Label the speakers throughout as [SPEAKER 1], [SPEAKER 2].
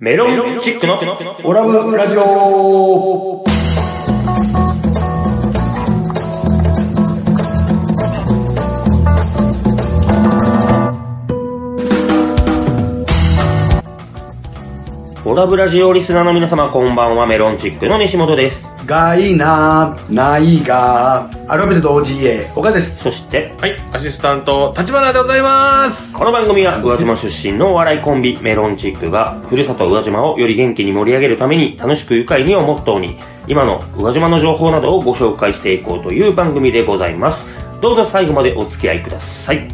[SPEAKER 1] メロンチックの
[SPEAKER 2] オラブラジオ
[SPEAKER 1] オラブラジオリスナーの皆様こんばんはメロンチックの西本です
[SPEAKER 2] がいいなないがアルファベットと OGA 岡です
[SPEAKER 1] そして
[SPEAKER 3] はい、アシスタント、立花でございます。
[SPEAKER 1] この番組は宇和島出身のお笑いコンビメロンチックがふるさと宇和島をより元気に盛り上げるために楽しく愉快にをモットーに今の宇和島の情報などをご紹介していこうという番組でございますどうぞ最後までお付き合いください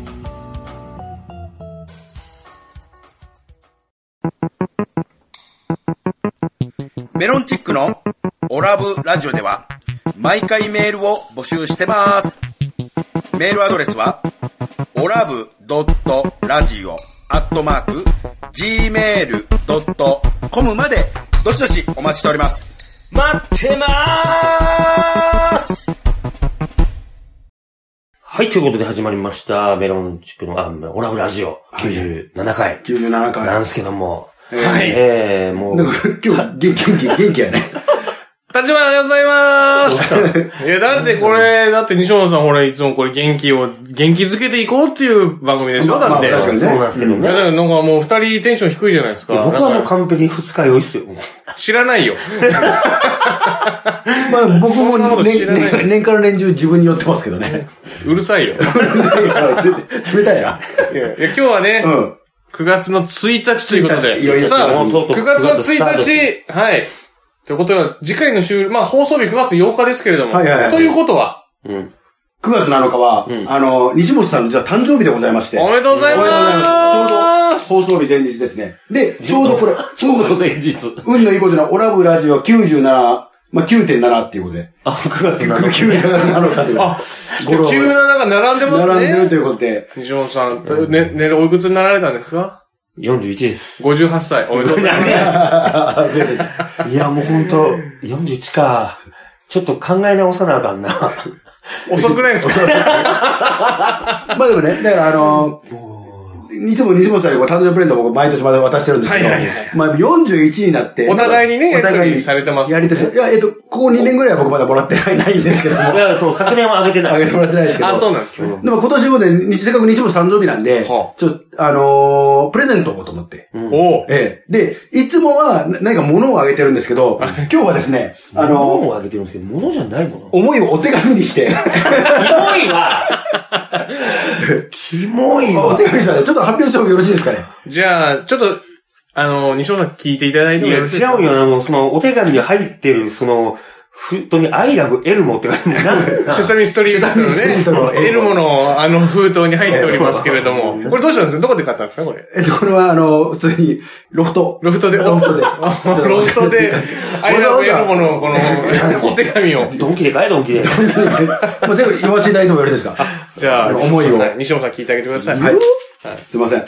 [SPEAKER 4] メロンチックのオラブラジオでは毎回メールを募集してます。メールアドレスはオラブドットラジオアットマーク gmail.com までどしどしお待ちしております。
[SPEAKER 1] 待ってまーすはい、ということで始まりました。メロンチックの、あ、オラブラジオ97回
[SPEAKER 2] 97回
[SPEAKER 1] なんですけども。
[SPEAKER 2] えー
[SPEAKER 4] はい
[SPEAKER 1] えー、もう、
[SPEAKER 2] なんか今日元気元気元気やね
[SPEAKER 3] 立花でございます。いや、だってこれ、だって西本さんほら、いつもこれ元気を、元気づけていこうっていう番組でしょ
[SPEAKER 2] まあ
[SPEAKER 3] だって。い
[SPEAKER 2] まあ確か
[SPEAKER 3] や
[SPEAKER 2] に
[SPEAKER 1] そうなんですけどね。
[SPEAKER 3] だからなんかもう二人テンション低いじゃないですか。
[SPEAKER 1] いや僕はも
[SPEAKER 3] な
[SPEAKER 1] うん
[SPEAKER 3] か
[SPEAKER 1] 完璧二日酔いっすよ。もう
[SPEAKER 3] 知らないよ。
[SPEAKER 2] まあ僕も
[SPEAKER 3] んなこと
[SPEAKER 2] 年
[SPEAKER 3] 知らない
[SPEAKER 2] 年年から年中自分に寄ってますけどね
[SPEAKER 3] うるさいよ。
[SPEAKER 2] 冷たいな
[SPEAKER 3] やい
[SPEAKER 2] い
[SPEAKER 3] や今日はね、
[SPEAKER 2] うん
[SPEAKER 3] 9月の1日ということ
[SPEAKER 2] 1日いやい
[SPEAKER 3] で。
[SPEAKER 2] や
[SPEAKER 3] さあ、
[SPEAKER 1] もうとうとう
[SPEAKER 3] 9月の
[SPEAKER 1] スタートで
[SPEAKER 3] 1日、はい。ということは、次回の週、まあ放送日9月8日ですけれども。
[SPEAKER 2] はいはいはい
[SPEAKER 3] ということは、
[SPEAKER 1] うん。
[SPEAKER 2] 9月7日は、
[SPEAKER 1] ん
[SPEAKER 2] あの西本さんの実は誕生日でございまして
[SPEAKER 3] おめでとうござい
[SPEAKER 2] おめでとうござい
[SPEAKER 3] ま
[SPEAKER 2] ますすちょうど放送日前日ですねでちょうど これちょうど
[SPEAKER 1] 前日。
[SPEAKER 2] 運のいいことにはオラブラジオ97まあ9.7っていうことで
[SPEAKER 1] あ、9月
[SPEAKER 2] 9
[SPEAKER 1] 7日。
[SPEAKER 2] 月7日という
[SPEAKER 3] あ、じゃあ急ななんか並んでますね。
[SPEAKER 2] 並んでるということ で
[SPEAKER 3] 西本さん、ね、ね、おいくつになられたんですか
[SPEAKER 1] 41です。
[SPEAKER 3] ?58 歳。おめでとうございます。
[SPEAKER 1] いや、もうほんと、41か。ちょっと考え直さなあかんな。
[SPEAKER 3] 遅くないですか
[SPEAKER 2] まあでもね、だからあのいつも西本さんにこう誕生日プレゼントを僕毎年まで渡してるんですけど、
[SPEAKER 3] はいはいはい
[SPEAKER 2] まあ41になって、
[SPEAKER 3] お互いにね
[SPEAKER 2] お互
[SPEAKER 3] やり
[SPEAKER 2] い
[SPEAKER 3] とりされてます
[SPEAKER 2] やりとりしていや、えっと、ここ2年ぐらいは僕まだもらってないないんです けども、
[SPEAKER 1] いや、そう、昨年は上げてな
[SPEAKER 2] あ
[SPEAKER 1] い。
[SPEAKER 2] げてもらってないですけど。
[SPEAKER 3] あ、そうなんですね。
[SPEAKER 2] でも今年もね、にせっかく西本誕生日なんで、
[SPEAKER 3] は
[SPEAKER 2] ちょっと、あのープレゼントをと思って。
[SPEAKER 3] おう
[SPEAKER 2] ええ。で、いつもはな何か物をあげてるんですけど、今日はですね、
[SPEAKER 1] あ
[SPEAKER 2] あ
[SPEAKER 1] の
[SPEAKER 2] の
[SPEAKER 1] 物を上げてるんですけど、物じゃないもの。
[SPEAKER 2] 思いをお手紙 にして、
[SPEAKER 1] キモいわキモい
[SPEAKER 2] お
[SPEAKER 1] わ
[SPEAKER 2] 手紙にしたので、ちょっと発表してもよろしいですかね。
[SPEAKER 3] じゃあ、ちょっと、あの、西本さん聞いていただいて
[SPEAKER 1] い
[SPEAKER 3] も
[SPEAKER 1] や、
[SPEAKER 3] よ
[SPEAKER 1] 違
[SPEAKER 3] ろしいうですか
[SPEAKER 1] よな、もうその、お手紙に入ってる、その、本当に、I love エルモって書いてる。
[SPEAKER 3] セサミストリート
[SPEAKER 2] セサミストリー
[SPEAKER 3] の
[SPEAKER 2] トの
[SPEAKER 3] ね、得るものをあの封筒に入っておりますけれども、これどうしたんですかどこで買ったんですかこれ。
[SPEAKER 2] えっと、これは、あの、普通に、ロフト。
[SPEAKER 3] ロフトで。
[SPEAKER 2] ロフトで
[SPEAKER 3] ロフトで、アイラブ得るものを、この、お手紙を。
[SPEAKER 1] ドンキでかいドンキで。
[SPEAKER 2] もう全部読ませていただいてもよろしい ですか
[SPEAKER 3] じゃあ、
[SPEAKER 2] 思いを
[SPEAKER 3] 西本さん聞いてあげてください。
[SPEAKER 2] はい。すいません。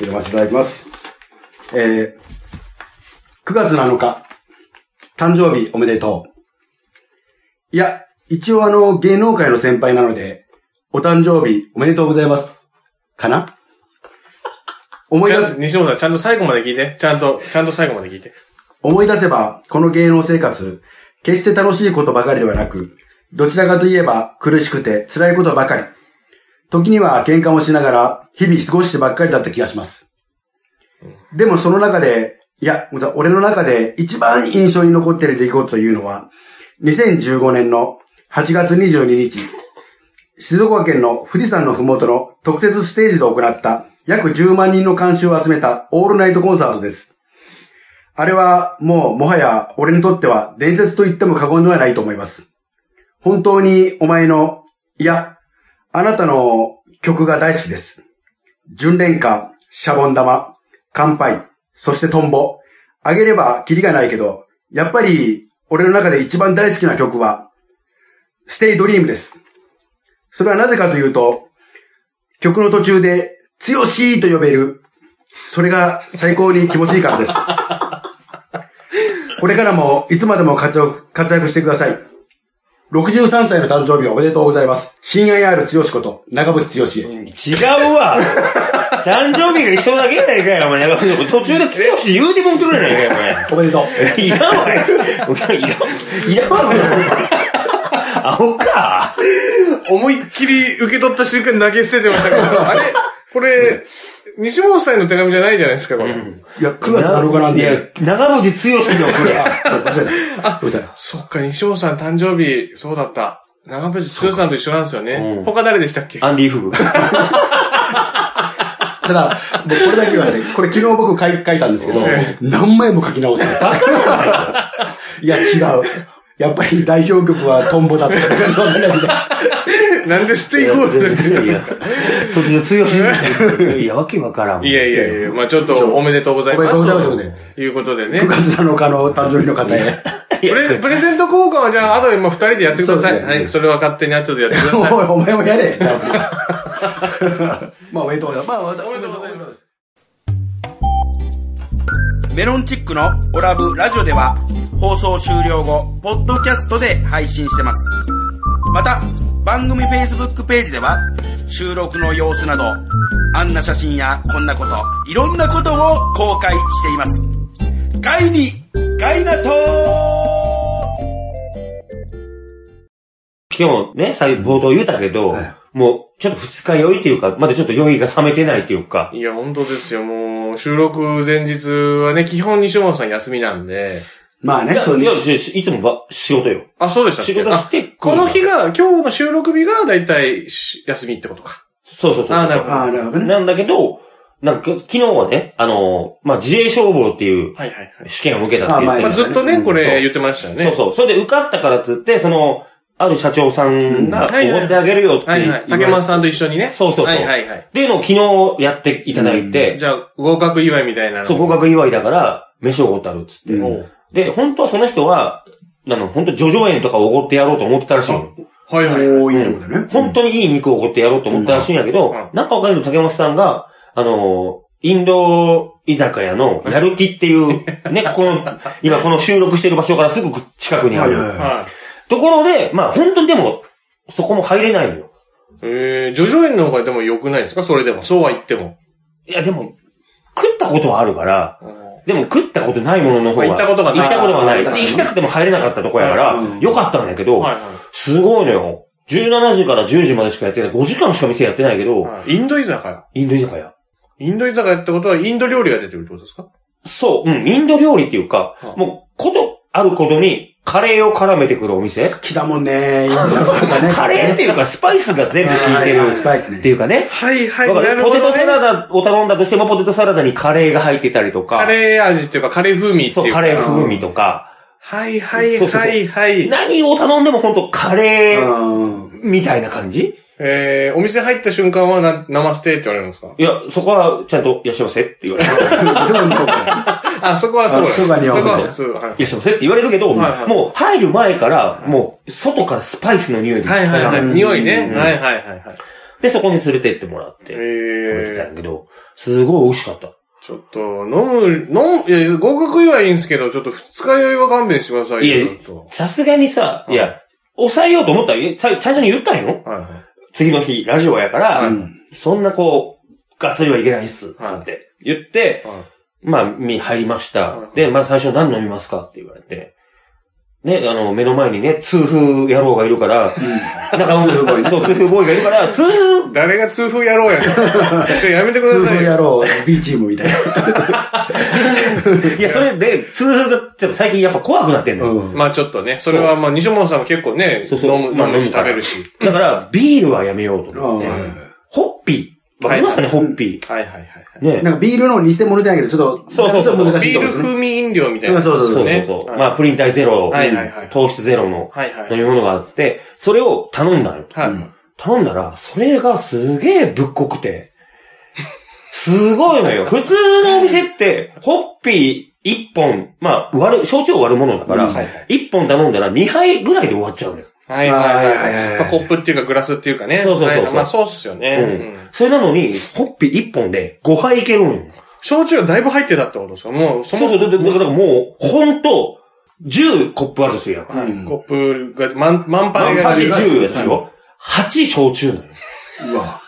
[SPEAKER 2] 読ませていただきます。えー、9月7日、誕生日おめでとう。いや、一応あの、芸能界の先輩なので、お誕生日おめでとうございます。かな思い
[SPEAKER 3] ちゃ
[SPEAKER 2] 出
[SPEAKER 3] ん
[SPEAKER 2] す
[SPEAKER 3] と、西本さん、ちゃんと最後まで聞いて。ちゃんと、ちゃんと最後まで聞いて。
[SPEAKER 2] 思い出せば、この芸能生活、決して楽しいことばかりではなく、どちらかといえば苦しくて辛いことばかり。時には喧嘩もしながら、日々過ごしてばっかりだった気がします。でもその中で、いや、ごめんなさい俺の中で一番印象に残っている出来事というのは、2015年の8月22日、静岡県の富士山のふもとの特設ステージで行った約10万人の観衆を集めたオールナイトコンサートです。あれはもうもはや俺にとっては伝説と言っても過言ではないと思います。本当にお前の、いや、あなたの曲が大好きです。純恋歌、シャボン玉、乾杯、そしてトンボ。あげればキリがないけど、やっぱり俺の中で一番大好きな曲は、ステイドリームです。それはなぜかというと、曲の途中で、強しいと呼べる。それが最高に気持ちいいからです。 これからも、いつまでも活躍活躍してください。63歳の誕生日おめでとうございます。親愛ある強しこと、長渕強しへ。
[SPEAKER 1] 違うわ誕生日が一緒だけやないかい、お前。途中で強し言うてもんとるやないかい、お前。
[SPEAKER 2] おめでとう。
[SPEAKER 1] いらんわい。いらん、いらんわ、これ。あおか。
[SPEAKER 3] 思いっきり受け取った瞬間に投げ捨ててましたけど、 あれこれ、西本さんへの手紙じゃないじゃないですか、これ。
[SPEAKER 2] いや、9月7日なん
[SPEAKER 1] いや
[SPEAKER 2] で。、
[SPEAKER 1] 長渕剛のこれ。
[SPEAKER 2] 間違えた。ごめんなさい
[SPEAKER 3] そっか、西本さん誕生日、そうだった。長渕剛さんと一緒なんですよ
[SPEAKER 1] う
[SPEAKER 3] ね
[SPEAKER 1] ん。
[SPEAKER 3] 他誰でしたっけ
[SPEAKER 1] アンディ・フグ。
[SPEAKER 2] ただ、もうこれだけは ね、これ昨日僕書い書いたんですけど
[SPEAKER 3] え、
[SPEAKER 2] 何枚も書き直した。いや、違う。やっぱり代表曲はトンボだ った。
[SPEAKER 3] なんでステイゴールドにしたんですか
[SPEAKER 1] 突然強し。いや、わけわからん。
[SPEAKER 3] いやいやいや、まあちょっとおめでとうございます。
[SPEAKER 2] おめでとうございま
[SPEAKER 3] ということでね
[SPEAKER 2] 9。月7日の誕生日の方へ。
[SPEAKER 1] い
[SPEAKER 3] プ
[SPEAKER 1] や
[SPEAKER 3] レプレゼント交換はじゃあ、後でまあ二人でやってくださ
[SPEAKER 2] そう
[SPEAKER 3] い。
[SPEAKER 2] ですね
[SPEAKER 3] はい、それは勝手に後でやってください。
[SPEAKER 2] おい、お前もや れ。まあ、おめでとうございます。まあ、おめでとうございます。
[SPEAKER 4] メロンチックのオラブラジオでは放送終了後、ポッドキャストで配信してます。また、番組 Facebook ページでは収録の様子など、あんな写真やこんなこと、いろんなことを公開しています。ガイに、ガイナトー
[SPEAKER 1] 今日ね、最後冒頭言うたけど
[SPEAKER 2] はい、
[SPEAKER 1] もう、ちょっと二日酔いっていうか、まだちょっと酔いが冷めてないっていうか、
[SPEAKER 3] いや、本当ですよ。もう、収録前日はね、基本西本さん休みなんで。
[SPEAKER 2] まあ
[SPEAKER 1] い
[SPEAKER 2] ね、
[SPEAKER 1] や
[SPEAKER 2] そう
[SPEAKER 1] い
[SPEAKER 2] ね
[SPEAKER 1] や。しいつもば仕事よ。
[SPEAKER 3] あ、そうでしたっけ
[SPEAKER 1] 仕事して
[SPEAKER 3] あこの日が、今日の収録日がだいたいし休みってことか。
[SPEAKER 1] そうそうそうそう。
[SPEAKER 3] あーなるほど
[SPEAKER 2] ああ、なるほどね。
[SPEAKER 1] なんだけど、なんか、昨日はね、あのーまあ、自衛消防っていう
[SPEAKER 3] はいはいはい。
[SPEAKER 1] 試験を受けたって
[SPEAKER 2] あまあ
[SPEAKER 1] いう
[SPEAKER 3] まあ、ずっとね、こ
[SPEAKER 1] そう
[SPEAKER 3] れ言ってましたよね。
[SPEAKER 1] そうそう。それで受かったからっつって、その、ある社長さんが、
[SPEAKER 3] うんはいはい
[SPEAKER 1] おごってあげるよって
[SPEAKER 3] はい
[SPEAKER 1] 言わ
[SPEAKER 3] は
[SPEAKER 1] れ
[SPEAKER 3] い。
[SPEAKER 1] て。
[SPEAKER 3] 竹松さんと一緒にね。
[SPEAKER 1] そうそうそう
[SPEAKER 3] はいはいはい。
[SPEAKER 1] っていうのを昨日やっていただいて、
[SPEAKER 3] じゃあ、合格祝いみたいなの。
[SPEAKER 1] そう、合格祝いだから、飯をおごったるっつって。
[SPEAKER 2] うん
[SPEAKER 1] で、本当はその人は、あの、本当叙々苑とかおごってやろうと思ってたらしいの。
[SPEAKER 3] はいはいはい。
[SPEAKER 2] おー、いいとこだね。
[SPEAKER 1] 本当にいい肉をおごってやろうと思ったらしいんやけど、
[SPEAKER 3] うんうん
[SPEAKER 1] なんかわかるの竹松さんが、あの、インド居酒屋のやる気って いう、ね、ここの、今この収録してる場所からすぐ近くにあ
[SPEAKER 2] はい
[SPEAKER 1] る。
[SPEAKER 2] はいは
[SPEAKER 3] はい。
[SPEAKER 1] ところで、まあ本当にでも、そこも入れないのよ。
[SPEAKER 3] えー、ジョジョ園の方がでも良くないですかそれでも。そうは言っても。
[SPEAKER 1] いや、でも、食ったことはあるから、でも食ったことないものの方が。
[SPEAKER 3] 行ったことがな
[SPEAKER 1] 行っ
[SPEAKER 3] い
[SPEAKER 1] たことがない。
[SPEAKER 2] あー
[SPEAKER 1] で行きたくても入れなかったとこやから
[SPEAKER 2] うん、
[SPEAKER 1] よかったんやけど
[SPEAKER 3] はい、
[SPEAKER 1] すごいのよ。17時から10時までしかやってない。5時間しか店やってないけど、
[SPEAKER 3] はい。インド居酒屋。
[SPEAKER 1] インド居酒屋。
[SPEAKER 3] インド居酒屋ってことは、インド料理が出てるってことですか
[SPEAKER 1] そう、うん、インド料理っていうか
[SPEAKER 3] は、い
[SPEAKER 1] もう、ことあることに、カレーを絡めてくるお店
[SPEAKER 2] 好きだもんね。いいとこだね。
[SPEAKER 1] カレーっていうか、スパイスが全部効いてる
[SPEAKER 2] あースパイスね
[SPEAKER 1] っていうかね。
[SPEAKER 3] はい
[SPEAKER 1] だ
[SPEAKER 3] はい、
[SPEAKER 1] か
[SPEAKER 3] な
[SPEAKER 1] ら
[SPEAKER 3] る
[SPEAKER 1] ね
[SPEAKER 3] ほ
[SPEAKER 1] ポ
[SPEAKER 3] ど、
[SPEAKER 1] テ
[SPEAKER 3] ね。
[SPEAKER 1] トサラダを頼んだとしても、ポテトサラダにカレーが入ってたりとか、
[SPEAKER 3] カレー味っていうか、カレー風味って
[SPEAKER 1] そ、
[SPEAKER 3] いううか。
[SPEAKER 1] カレー風味とか、
[SPEAKER 3] はいはい
[SPEAKER 1] そうそうそう
[SPEAKER 3] はいはい。
[SPEAKER 1] 何を頼んでも本当カレー
[SPEAKER 2] うん。
[SPEAKER 1] みたいな感じ
[SPEAKER 3] えー、お店入った瞬間はな、生ステって言われるんですか
[SPEAKER 1] いや、そこはちゃんといらっしゃいませって言われる。いら
[SPEAKER 2] そういうとこだ
[SPEAKER 3] あ、そこはそう
[SPEAKER 2] あそこは日本
[SPEAKER 3] そこは普通。はい
[SPEAKER 1] っしゃいませって言われるけど、
[SPEAKER 3] はいはい
[SPEAKER 1] もう入る前から、もう外からスパイスの匂いで、
[SPEAKER 3] はいはいはい。
[SPEAKER 2] うん
[SPEAKER 3] 匂いね。
[SPEAKER 1] うん
[SPEAKER 3] はいはいはいはい。
[SPEAKER 1] で、そこに連れてってもらっ
[SPEAKER 3] え
[SPEAKER 1] て、食べてたんや
[SPEAKER 3] ー、
[SPEAKER 1] けど、すごい美味しかった。
[SPEAKER 3] ちょっと、飲む、飲む、いや、合格祝いいいんですけど、ちょっと二日酔いは勘弁してください
[SPEAKER 1] い
[SPEAKER 3] よ。
[SPEAKER 1] や
[SPEAKER 3] ちょっ
[SPEAKER 1] さすがにさ、
[SPEAKER 3] うん
[SPEAKER 1] いや、抑えようと思ったら、え最最初に言ったんよ
[SPEAKER 3] とはいはい。
[SPEAKER 1] 次の日、ラジオやから、
[SPEAKER 2] うん
[SPEAKER 1] そんなこう、ガッツリはいけないっす、つって言って、
[SPEAKER 3] はい
[SPEAKER 1] まあ、見、入りました
[SPEAKER 3] うん。
[SPEAKER 1] で、まあ最初何飲みますかって言われて。ね、あの、目の前にね、痛風野郎がいるから、なんか、
[SPEAKER 2] 風ボーイね
[SPEAKER 1] そう、痛風ボーイがいるから、痛風、
[SPEAKER 3] 誰が痛風やろうやねんちょっとやめてく
[SPEAKER 2] 痛
[SPEAKER 3] ださい
[SPEAKER 2] 風野
[SPEAKER 3] よ。
[SPEAKER 2] 郎、B チームみたいな。
[SPEAKER 1] いや、それで、痛風がちょっと最近やっぱ怖くなってんのよ。
[SPEAKER 2] うん。
[SPEAKER 3] まあちょっとね、それはまあ西本さんも結構ね、
[SPEAKER 1] そうそう
[SPEAKER 3] 飲む、
[SPEAKER 1] まあ
[SPEAKER 3] 飲むし
[SPEAKER 1] 飲むか
[SPEAKER 3] 食
[SPEAKER 1] ら
[SPEAKER 3] べるし。
[SPEAKER 1] だから、ビールはやめようと思って
[SPEAKER 2] うん。
[SPEAKER 1] ホッピー。わかりますかね、ホッピ
[SPEAKER 3] はいはいはいはい。
[SPEAKER 1] ー。
[SPEAKER 2] な
[SPEAKER 1] ね。
[SPEAKER 2] んかビールの偽物じゃないけど、ちょっと、
[SPEAKER 1] そうそうそう
[SPEAKER 2] ちょっと難しい
[SPEAKER 3] ビ
[SPEAKER 2] と
[SPEAKER 3] ール
[SPEAKER 2] こですね。
[SPEAKER 3] 風味飲料みたい
[SPEAKER 2] うん
[SPEAKER 3] な。
[SPEAKER 2] そうそう
[SPEAKER 1] そ
[SPEAKER 2] そ
[SPEAKER 1] そ
[SPEAKER 2] うう。
[SPEAKER 1] う
[SPEAKER 3] ね
[SPEAKER 1] そう。
[SPEAKER 3] はい
[SPEAKER 1] まあ、プリン体ゼロ
[SPEAKER 3] はいはいは、い
[SPEAKER 1] 糖質ゼロの
[SPEAKER 3] はいはい
[SPEAKER 1] 飲み物があって、それを頼んだの。
[SPEAKER 3] はい。
[SPEAKER 1] 頼んだら、それがすげえぶっこくて、すごいのよ。普通のお店って、ホッピー1本、まあ、割る、焼酎を割るものだから、
[SPEAKER 2] うんはい
[SPEAKER 1] 1本頼んだら2杯ぐらいで終わっちゃうのよ。
[SPEAKER 3] はいはい
[SPEAKER 2] は
[SPEAKER 3] はい
[SPEAKER 2] はい
[SPEAKER 3] い
[SPEAKER 2] は
[SPEAKER 3] はいい。まあコップっていうかグラスっていうかね。
[SPEAKER 1] そうそうそうそう
[SPEAKER 3] はいまあそうっすよね。
[SPEAKER 1] う
[SPEAKER 3] うん
[SPEAKER 1] ん。それなのに、ホッピー1本で5杯いけるんよ。
[SPEAKER 3] 焼酎がだいぶ入ってたってことですかもう、そ
[SPEAKER 1] そ
[SPEAKER 3] も
[SPEAKER 1] う
[SPEAKER 3] そ
[SPEAKER 1] そう、だ
[SPEAKER 3] も
[SPEAKER 1] だだからもう、ほんと、10コップあるとするやん。
[SPEAKER 3] はいコップが、満、満杯
[SPEAKER 1] 1
[SPEAKER 3] が
[SPEAKER 1] 杯で
[SPEAKER 3] 10
[SPEAKER 1] 10やでしょ ?8 焼酎なのよ。
[SPEAKER 2] うわ。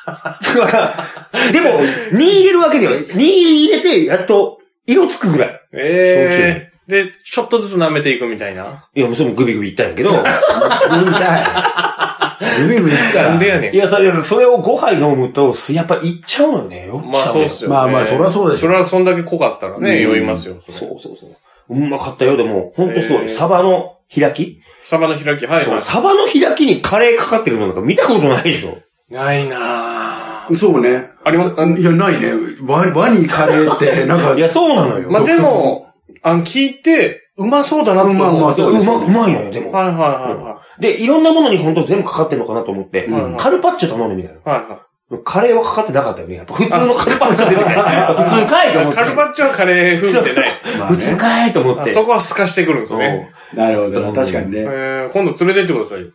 [SPEAKER 1] でも、2入れるわけではない。2入れて、やっと、色つくぐらい。
[SPEAKER 3] ええで、ちょっとずつ舐めていくみたいな。
[SPEAKER 1] いや、もうそれもグビグビいったんやけど、
[SPEAKER 2] 飲みたい。グビグビ行くから。
[SPEAKER 3] なんでやね
[SPEAKER 1] い
[SPEAKER 3] ん。
[SPEAKER 1] や、それそれを5杯飲むと、すやっぱいっちゃうのよね。酔っち
[SPEAKER 3] まあ
[SPEAKER 1] ゃうの
[SPEAKER 3] そう
[SPEAKER 1] よ
[SPEAKER 3] っすよね。
[SPEAKER 2] まあまあそりゃそうでしょ
[SPEAKER 3] それはそんだけ濃かったらね、
[SPEAKER 1] うん
[SPEAKER 3] 酔いますよ。。
[SPEAKER 1] そううそうそう。うまかったよ、でも、ほんとそう
[SPEAKER 3] へー
[SPEAKER 1] よ。サバの開き、
[SPEAKER 3] サバの開き、はい
[SPEAKER 1] そ
[SPEAKER 3] は
[SPEAKER 1] う、サバの開きにカレーかかってるのなんか見たことないでしょ。
[SPEAKER 3] い。ないなぁ。
[SPEAKER 2] そうね。
[SPEAKER 3] ありますあの
[SPEAKER 2] いや、ないね。ワワニカレーって、なんか
[SPEAKER 1] い、や、そうなのよ。
[SPEAKER 3] まあでも、あの、聞いて、うまそうだなと思う。
[SPEAKER 2] まあまあ
[SPEAKER 1] いや
[SPEAKER 2] そうです
[SPEAKER 1] ま、うまいのよ、でも。
[SPEAKER 3] はいはいはいは
[SPEAKER 1] で、いろんなものにほんと全部かかってるのかなと思って、
[SPEAKER 3] はいはい
[SPEAKER 1] カルパッチョ頼んでみたい
[SPEAKER 3] い。はいは
[SPEAKER 1] な。カレーはかかってなかったよね。やっぱ普通のカルパッチョ出てない。 普通かいと思っ
[SPEAKER 3] い。
[SPEAKER 1] て。
[SPEAKER 3] カルパッチョはカレー風味でない。
[SPEAKER 2] まあ
[SPEAKER 1] 普通
[SPEAKER 2] ね。
[SPEAKER 1] かいと思っ
[SPEAKER 3] あ
[SPEAKER 1] て。
[SPEAKER 3] そこは透かしてくるんですね。
[SPEAKER 2] なるほどな。確かに
[SPEAKER 3] え
[SPEAKER 2] ね。
[SPEAKER 3] ー、今度連れてってくださいよ。
[SPEAKER 1] うんうん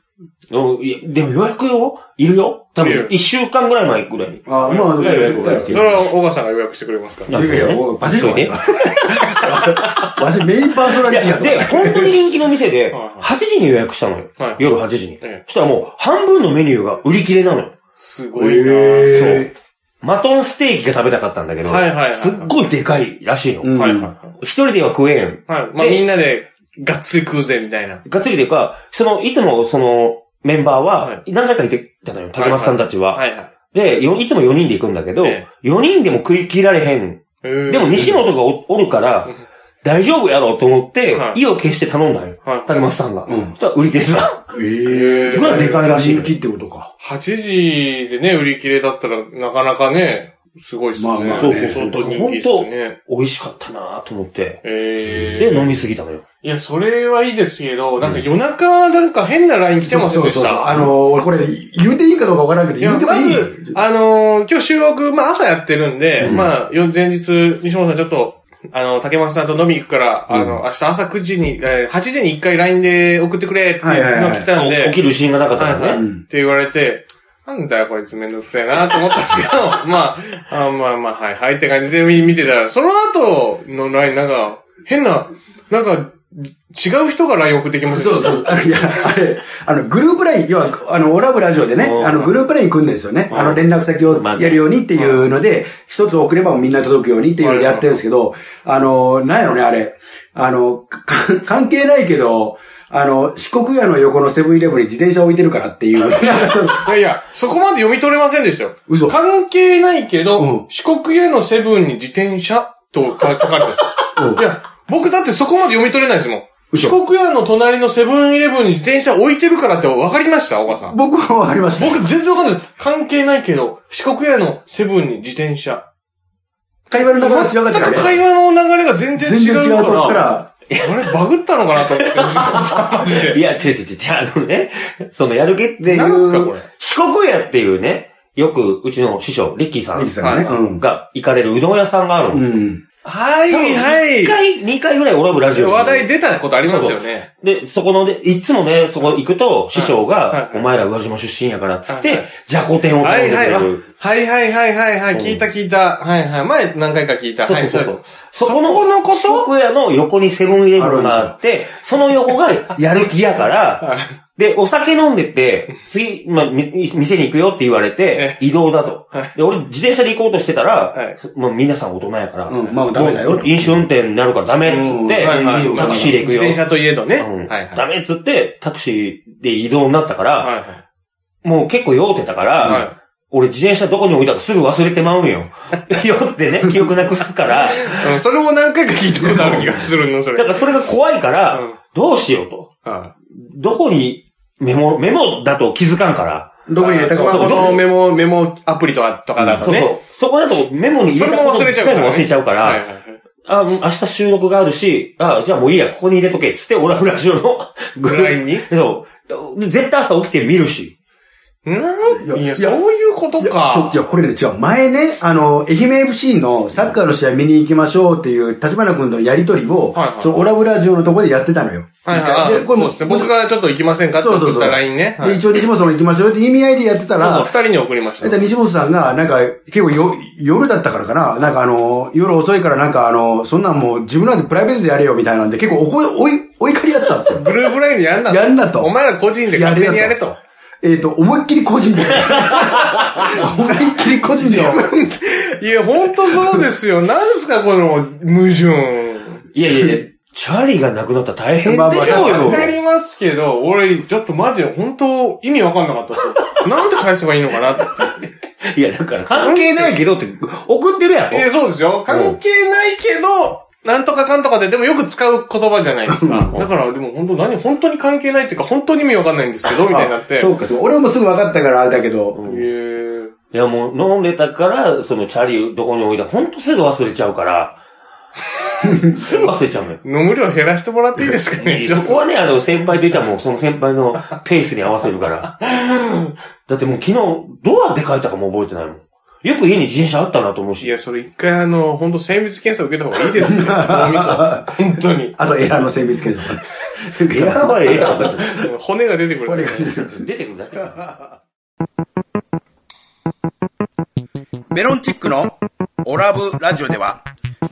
[SPEAKER 1] いやでも予約よいるよ多
[SPEAKER 3] いる
[SPEAKER 1] 分、一週間ぐらい前ぐらいに。
[SPEAKER 2] あまあ、
[SPEAKER 1] いやいやいや
[SPEAKER 2] 絶対
[SPEAKER 3] それは、小川さんが予約してくれますから。
[SPEAKER 2] いやいや、もうバシッと
[SPEAKER 1] 急いで
[SPEAKER 2] わしメインパーソナ
[SPEAKER 1] い
[SPEAKER 2] リティや
[SPEAKER 1] や、
[SPEAKER 2] ぞ
[SPEAKER 1] で、本当に人気の店で
[SPEAKER 3] はいはい、
[SPEAKER 1] 8時に予約したのよ。
[SPEAKER 3] はい
[SPEAKER 1] 夜8時に。
[SPEAKER 3] ええ
[SPEAKER 1] そしたらもう、半分のメニューが売り切れなのよ。
[SPEAKER 3] すごいなぁ。
[SPEAKER 1] そ
[SPEAKER 2] へ
[SPEAKER 1] う。マトンステーキが食べたかったんだけど、
[SPEAKER 3] はいはいはいはい
[SPEAKER 1] すっごいでかいらしいの。
[SPEAKER 2] うん
[SPEAKER 3] はいはいはい。
[SPEAKER 1] 一人では食えん。
[SPEAKER 3] はい。まあ
[SPEAKER 1] で
[SPEAKER 3] みんなで、がっつり食うぜ、みたいな。
[SPEAKER 1] がっつりというか、その、いつもその、メンバー
[SPEAKER 3] は
[SPEAKER 1] は、何回かいてたのよ。竹松さんたちは。
[SPEAKER 3] はいはい。
[SPEAKER 1] で、よいつも4人で行くんだけど
[SPEAKER 3] ええ、
[SPEAKER 1] 4人でも食い切られへん
[SPEAKER 3] で
[SPEAKER 1] でも西本がおおるから、大丈夫やろうと思って
[SPEAKER 3] は、い
[SPEAKER 1] 意を決して頼んだんよ。
[SPEAKER 3] はい
[SPEAKER 1] 竹松さんが。
[SPEAKER 2] うん
[SPEAKER 1] そしたら売り切れてた。
[SPEAKER 2] ええ。
[SPEAKER 1] ぐらいでかいらしい
[SPEAKER 2] 人気ってことか。
[SPEAKER 3] 8時でね、売り切れだったら、なかなかね、すごいっすね。
[SPEAKER 2] まあまあ
[SPEAKER 1] そうそうそう
[SPEAKER 3] 相当人気っすね。
[SPEAKER 1] 美味しかったなと思って。
[SPEAKER 3] え
[SPEAKER 1] で、
[SPEAKER 3] え
[SPEAKER 1] 飲みすぎたのよ。
[SPEAKER 3] いや、それはいいですけど、なんか夜中なんか変なライン来てませんでした。
[SPEAKER 2] あの、俺これ、言うていいかどうかわからんけど、
[SPEAKER 3] いや、
[SPEAKER 2] 言うても
[SPEAKER 3] ま
[SPEAKER 2] いい
[SPEAKER 3] ず、あのー今日収録、まあ朝やってるんで、まあ、よ前日、西本さんちょっと、あの、竹松さんと飲み行くから、あの、明日朝9時に、えー8時に1回 LINE で送ってくれっていうのが来たんで、
[SPEAKER 1] お起きるシーンがなかったからね。
[SPEAKER 3] はいはい。
[SPEAKER 2] うん
[SPEAKER 3] って言われて、なんだよ、こいつめんどくせえなと思ったんですけ ど、まあ、あまあまあ、はいはいって感じで見見てたら、その後のライン、なんか、変な、なんか、違う人が LINE 送ってきました。
[SPEAKER 2] そうそう。あのいや、あれ、あの、グループライン、要は、あの、オラブラジオでね
[SPEAKER 1] う、ん
[SPEAKER 2] あの、グループライン組んでるんですよね。
[SPEAKER 1] ん
[SPEAKER 2] あの、連絡先をやるようにっていうので、一つ送ればみんな届くようにっていうのでやってるんですけど、あの、なんやろね、あれ。あの、か関係ないけど、あの、四国屋の横のセブンイレブンに自転車置いてるからっていう、 なんかその
[SPEAKER 3] いやいや、そこまで読み取れませんでしたよ。
[SPEAKER 2] 嘘
[SPEAKER 3] 関係ないけど、
[SPEAKER 2] うん
[SPEAKER 3] 四国へのセブンに自転車とか書かれてた。
[SPEAKER 2] うん
[SPEAKER 3] いや、僕だってそこまで読み取れないですもん。
[SPEAKER 2] 嘘
[SPEAKER 3] 四国屋の隣のセブンイレブンに自転車置いてるからって分かりました小川さん。
[SPEAKER 2] 僕はわかりました。
[SPEAKER 3] 僕全然わかんない。関係ないけど、四国屋のセブンに自転車。
[SPEAKER 2] 会話の
[SPEAKER 3] 全
[SPEAKER 2] 中が違かったから
[SPEAKER 3] く
[SPEAKER 2] ね。
[SPEAKER 3] 会話の流れが全然
[SPEAKER 2] 全
[SPEAKER 3] 違
[SPEAKER 2] 然違う
[SPEAKER 3] うか、
[SPEAKER 2] とこからら、
[SPEAKER 3] あれバグったのかなと 思って、自分さマジ
[SPEAKER 1] い
[SPEAKER 3] で。
[SPEAKER 1] や、違う違う違う、あのね、そのやる気ってい
[SPEAKER 3] なんすかこ
[SPEAKER 1] う
[SPEAKER 3] れ、
[SPEAKER 1] 四国屋っていうね、よくうちの師匠、リッキーさ
[SPEAKER 2] ミキ
[SPEAKER 1] ん
[SPEAKER 2] さんね。うん。
[SPEAKER 1] が行かれるうどん屋さんがある
[SPEAKER 2] う
[SPEAKER 1] の。
[SPEAKER 2] ん。
[SPEAKER 3] はい、はい
[SPEAKER 1] 一。回、二回ぐらいオラブラジオ。
[SPEAKER 3] 話題出たことありますよね。
[SPEAKER 1] で、そこのね、いつもね、そこ行くと、師匠
[SPEAKER 3] はい
[SPEAKER 1] が
[SPEAKER 3] は、い
[SPEAKER 1] お前ら宇和島出身やから、つっ
[SPEAKER 3] はい
[SPEAKER 1] て
[SPEAKER 3] は、
[SPEAKER 1] じゃこ天を
[SPEAKER 3] は
[SPEAKER 1] 頼ん
[SPEAKER 3] い
[SPEAKER 1] で
[SPEAKER 3] は
[SPEAKER 1] く
[SPEAKER 3] い。
[SPEAKER 1] れ
[SPEAKER 3] あ
[SPEAKER 1] る。
[SPEAKER 3] はいはいはいはいはい。
[SPEAKER 1] うん
[SPEAKER 3] 聞いた聞いた。はいはい。前何回か聞いた。
[SPEAKER 1] そう
[SPEAKER 3] は
[SPEAKER 1] そう
[SPEAKER 3] い
[SPEAKER 1] そうそう。
[SPEAKER 3] そこのこ
[SPEAKER 1] 四
[SPEAKER 3] と
[SPEAKER 1] 国屋の横にセブンイレブンがあって、その横がやる気やから、で、お酒飲んでて、次、まあ、み店に行くよって言われて、移動だと。で、俺、自転車で行こうとしてた
[SPEAKER 3] はい
[SPEAKER 1] ら、もう皆さん大人やから、
[SPEAKER 2] うんまあダメだよ
[SPEAKER 1] もう飲酒運転になるからダメっつっ
[SPEAKER 2] う
[SPEAKER 1] て
[SPEAKER 2] んはいはい
[SPEAKER 3] は、い
[SPEAKER 1] タクシーで行く
[SPEAKER 3] 自
[SPEAKER 1] よ。
[SPEAKER 3] 転車といえどね。
[SPEAKER 1] うん
[SPEAKER 3] はいはい。
[SPEAKER 1] ダメっつって、タクシーで移動になったから、
[SPEAKER 3] はいはい。
[SPEAKER 1] もう結構酔うてたから、
[SPEAKER 3] はい
[SPEAKER 1] 俺自転車どこに置いたかすぐ忘れてまうん よ。酔ってね、記憶なくすから、
[SPEAKER 3] うんそれも何回か聞いたことある気がするの、
[SPEAKER 1] だ
[SPEAKER 3] それ。
[SPEAKER 1] からそれが怖いから、
[SPEAKER 3] うん
[SPEAKER 1] どうしようと。
[SPEAKER 3] は
[SPEAKER 1] どこにメモ、メモだと気づかんから。
[SPEAKER 2] どこに入れ
[SPEAKER 3] い
[SPEAKER 2] た
[SPEAKER 3] ス
[SPEAKER 2] か
[SPEAKER 3] マ
[SPEAKER 2] 忘
[SPEAKER 3] ホ
[SPEAKER 2] れた
[SPEAKER 3] のメモ、メモアプリとかとかだと
[SPEAKER 1] そう
[SPEAKER 3] ね。
[SPEAKER 1] そう。そこだとメモに入れたこと
[SPEAKER 3] それも忘れち
[SPEAKER 1] 自
[SPEAKER 3] ゃうからね
[SPEAKER 1] 体も忘れちゃうから、
[SPEAKER 3] はいはいはい。
[SPEAKER 1] あ、もう明日収録があるし、あ、じゃあもういいや、ここに入れとけ、つって、オラフラジオの
[SPEAKER 3] ぐ
[SPEAKER 1] ぐ
[SPEAKER 3] ら
[SPEAKER 1] らい。
[SPEAKER 3] いに
[SPEAKER 1] そう。絶対朝起きて見るし。
[SPEAKER 3] なんい
[SPEAKER 2] い
[SPEAKER 3] や、
[SPEAKER 2] や
[SPEAKER 3] そういうこと
[SPEAKER 2] いやそうい
[SPEAKER 3] か。
[SPEAKER 2] や、これね、違う。前ね、あの、愛媛 FC のサッカーの試合見に行きましょうっていう、立花君とのやりとりを、
[SPEAKER 3] はいはい
[SPEAKER 2] そのオラブラジオのところでやってたのよ。
[SPEAKER 3] はいはいあ。
[SPEAKER 2] で、これも
[SPEAKER 3] そうですね僕がちょっと行きませんかって
[SPEAKER 2] そうそ
[SPEAKER 3] 送
[SPEAKER 2] う
[SPEAKER 3] っ
[SPEAKER 2] そう。
[SPEAKER 3] た LINE ね。はい
[SPEAKER 2] で、一応西本さんも行きましょうって意味合いでやってた
[SPEAKER 3] そうそう、
[SPEAKER 2] ら
[SPEAKER 3] 二、人に送りました
[SPEAKER 2] えっ。と、西本さんが、なんか、結構よ、夜だったからかな。なんかあの、夜遅いからなんかあの、そんなんもう自分なんてプライベートでやれよみたいなんで、結構おこ、おい、お怒りやったんですよ。
[SPEAKER 3] グループラインでやんなと。
[SPEAKER 2] やんなと
[SPEAKER 3] お前ら個人で勝手にやれと。
[SPEAKER 2] えっ、と、思いっきり個 人で。思いっきり個人で。
[SPEAKER 3] いや、ほんとそうですよ。なんですか、この矛盾。
[SPEAKER 1] いやいやいや、チャーリーが亡くなったら大変でしょうよ
[SPEAKER 3] わ。かりますけど、俺、ちょっとマジで本当、意味わかんなかったっすよ。なんて返せばいいのかなって。
[SPEAKER 1] いや、だから関係ないけどって送ってるやろ。
[SPEAKER 3] えーそうですよ。関係ないけど、なんとかかんとかで、でもよく使う言葉じゃないですか。だから、でも本当何、本当に関係ないっていうか、本当に意味わかんないんですけど、みたいになって。
[SPEAKER 2] あそうか、そう。俺もすぐ分かったからあれだけど。
[SPEAKER 3] えー
[SPEAKER 1] いや、もう飲んでたから、そのチャーリーどこに置いたほんとすぐ忘れちゃうから、 すぐ忘れちゃうの よ。
[SPEAKER 3] 飲む量減らしてもらっていいですかね。
[SPEAKER 1] そこはね、あの、先輩といたらもうその先輩のペースに合わせるから。だってもう昨日、どうやって書いたかも覚えてないもん。よく家に自転車あったなと思う
[SPEAKER 3] い
[SPEAKER 1] し。
[SPEAKER 3] や、それ一回あの、本当精密検査受けた方がいいですよ。脳みそ。本当 に。
[SPEAKER 2] あと、エラーの精密検査。
[SPEAKER 1] いやばい、ええやん別に
[SPEAKER 3] 骨が出てくる。
[SPEAKER 1] 出てくるだけだから。
[SPEAKER 4] メロンチックのオラブラジオでは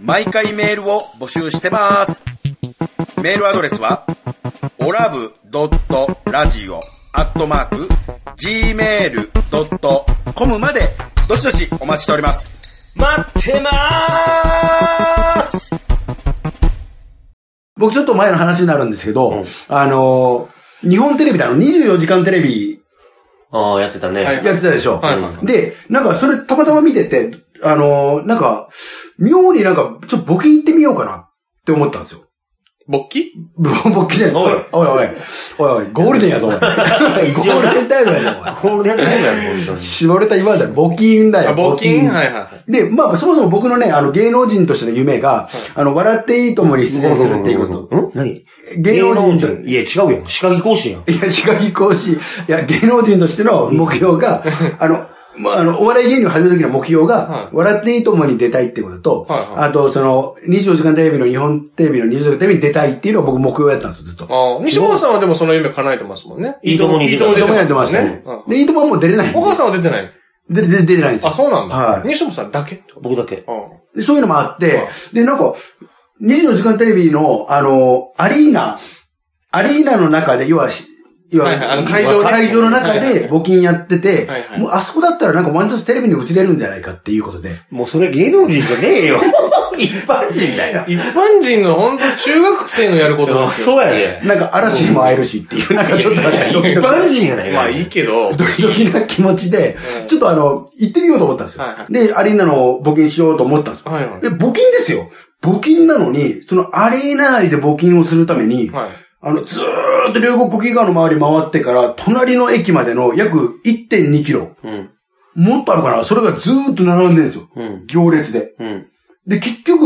[SPEAKER 4] 毎回メールを募集してます。メールアドレスはオラブドットラジオアットマーク gmail.com までどしどしお待ちしております。
[SPEAKER 1] 待ってまーす
[SPEAKER 2] 僕ちょっと前の話になるんですけど、
[SPEAKER 1] うん
[SPEAKER 2] あのー日本テレビだの24時間テレビ
[SPEAKER 1] ああ、やってたね。
[SPEAKER 3] はい
[SPEAKER 2] やってたでしょ。
[SPEAKER 3] はいはいはい
[SPEAKER 2] で、なんかそれたまたま見てて、あのーなんか、妙になんか、ちょっとボケ行ってみようかなって思ったんですよ。
[SPEAKER 3] 勃起
[SPEAKER 2] ぼボケじゃない。
[SPEAKER 1] おい
[SPEAKER 2] おいおい。おいおい、ゴールデン やぞ、おいゴールデンタイムやぞ、
[SPEAKER 1] こ
[SPEAKER 2] おい
[SPEAKER 1] れでもやろ、本当に。
[SPEAKER 2] 絞れた今だよ、募金だよ。
[SPEAKER 3] あ、勃起はいはいはい。
[SPEAKER 2] で、まあ、そもそも僕のね、あの、芸能人としての夢が、あの、笑っていいともに出演するっていうこと。
[SPEAKER 1] ん何
[SPEAKER 2] 芸能人と、
[SPEAKER 1] いや、違うやん。歯科技講師やん。
[SPEAKER 2] いや、違う講師、いや、芸能人としての目標が、あの、まあ、あの、お笑い芸人を始めた時の目標が、
[SPEAKER 3] はい
[SPEAKER 2] 笑っていいともに出たいってことと、
[SPEAKER 3] はいは
[SPEAKER 2] あと、その、24時間テレビの日本テレビの24時間テレビに出たいっていうのが僕目標やったんですよ、ずっと。
[SPEAKER 3] ああ、西本さんはでもその夢叶えてますもんね。
[SPEAKER 1] いいともに
[SPEAKER 3] い
[SPEAKER 1] 出
[SPEAKER 3] い
[SPEAKER 1] て
[SPEAKER 3] と
[SPEAKER 1] ま
[SPEAKER 3] も
[SPEAKER 1] す
[SPEAKER 2] い
[SPEAKER 3] 出
[SPEAKER 2] いと
[SPEAKER 3] て
[SPEAKER 2] もに
[SPEAKER 3] ま
[SPEAKER 2] 出て
[SPEAKER 3] す
[SPEAKER 2] ますね
[SPEAKER 3] ね。うん。
[SPEAKER 2] で、いいともはもう出れないんで
[SPEAKER 3] お母さんは出てないの
[SPEAKER 2] でで出れないんですよ
[SPEAKER 3] あ、。そうなんだ。
[SPEAKER 2] はい
[SPEAKER 3] 西本さんだけ
[SPEAKER 1] 僕だけ。
[SPEAKER 3] う
[SPEAKER 2] でそういうのもあって、で、なんか、24時間テレビの、あの、アリーナ、アリーナの中で、要はし、要
[SPEAKER 3] はいはいあの会場ね
[SPEAKER 2] 会場の中
[SPEAKER 3] はいはい
[SPEAKER 2] で募金やってて、
[SPEAKER 3] はいはい
[SPEAKER 2] もうあそこだったらなんかワンチャンステレビに打ち出るんじゃないかっていうことで。
[SPEAKER 1] もうそれ芸能人じゃねえよ。 一般人だよ。
[SPEAKER 3] ん。一般人の本当中学生のやることですよ。
[SPEAKER 1] そうやね。
[SPEAKER 2] なんか嵐にも会えるしっていう、なんかちょっと なんか
[SPEAKER 1] 一
[SPEAKER 2] ド キドキ、
[SPEAKER 1] 般人やないか。
[SPEAKER 3] まあいいけど。
[SPEAKER 2] ドキドキな気持ちで
[SPEAKER 3] う、ん
[SPEAKER 2] ちょっとあの、行ってみようと思ったんですよ
[SPEAKER 3] はいは。い
[SPEAKER 2] で、アリーナの募金しようと思ったんですよ。
[SPEAKER 3] はいはい
[SPEAKER 2] で、。募金ですよ。募金なのに、そのアリーナ内で募金をするために、
[SPEAKER 3] はい。
[SPEAKER 2] あの、ずーっと両国国技館の周り回ってから、隣の駅までの約1.2キロ。
[SPEAKER 1] うん。
[SPEAKER 2] もっとあるから、それがずーっと並んでるんですよ。
[SPEAKER 1] うん。
[SPEAKER 2] 行列で。
[SPEAKER 1] うん。
[SPEAKER 2] で、結局、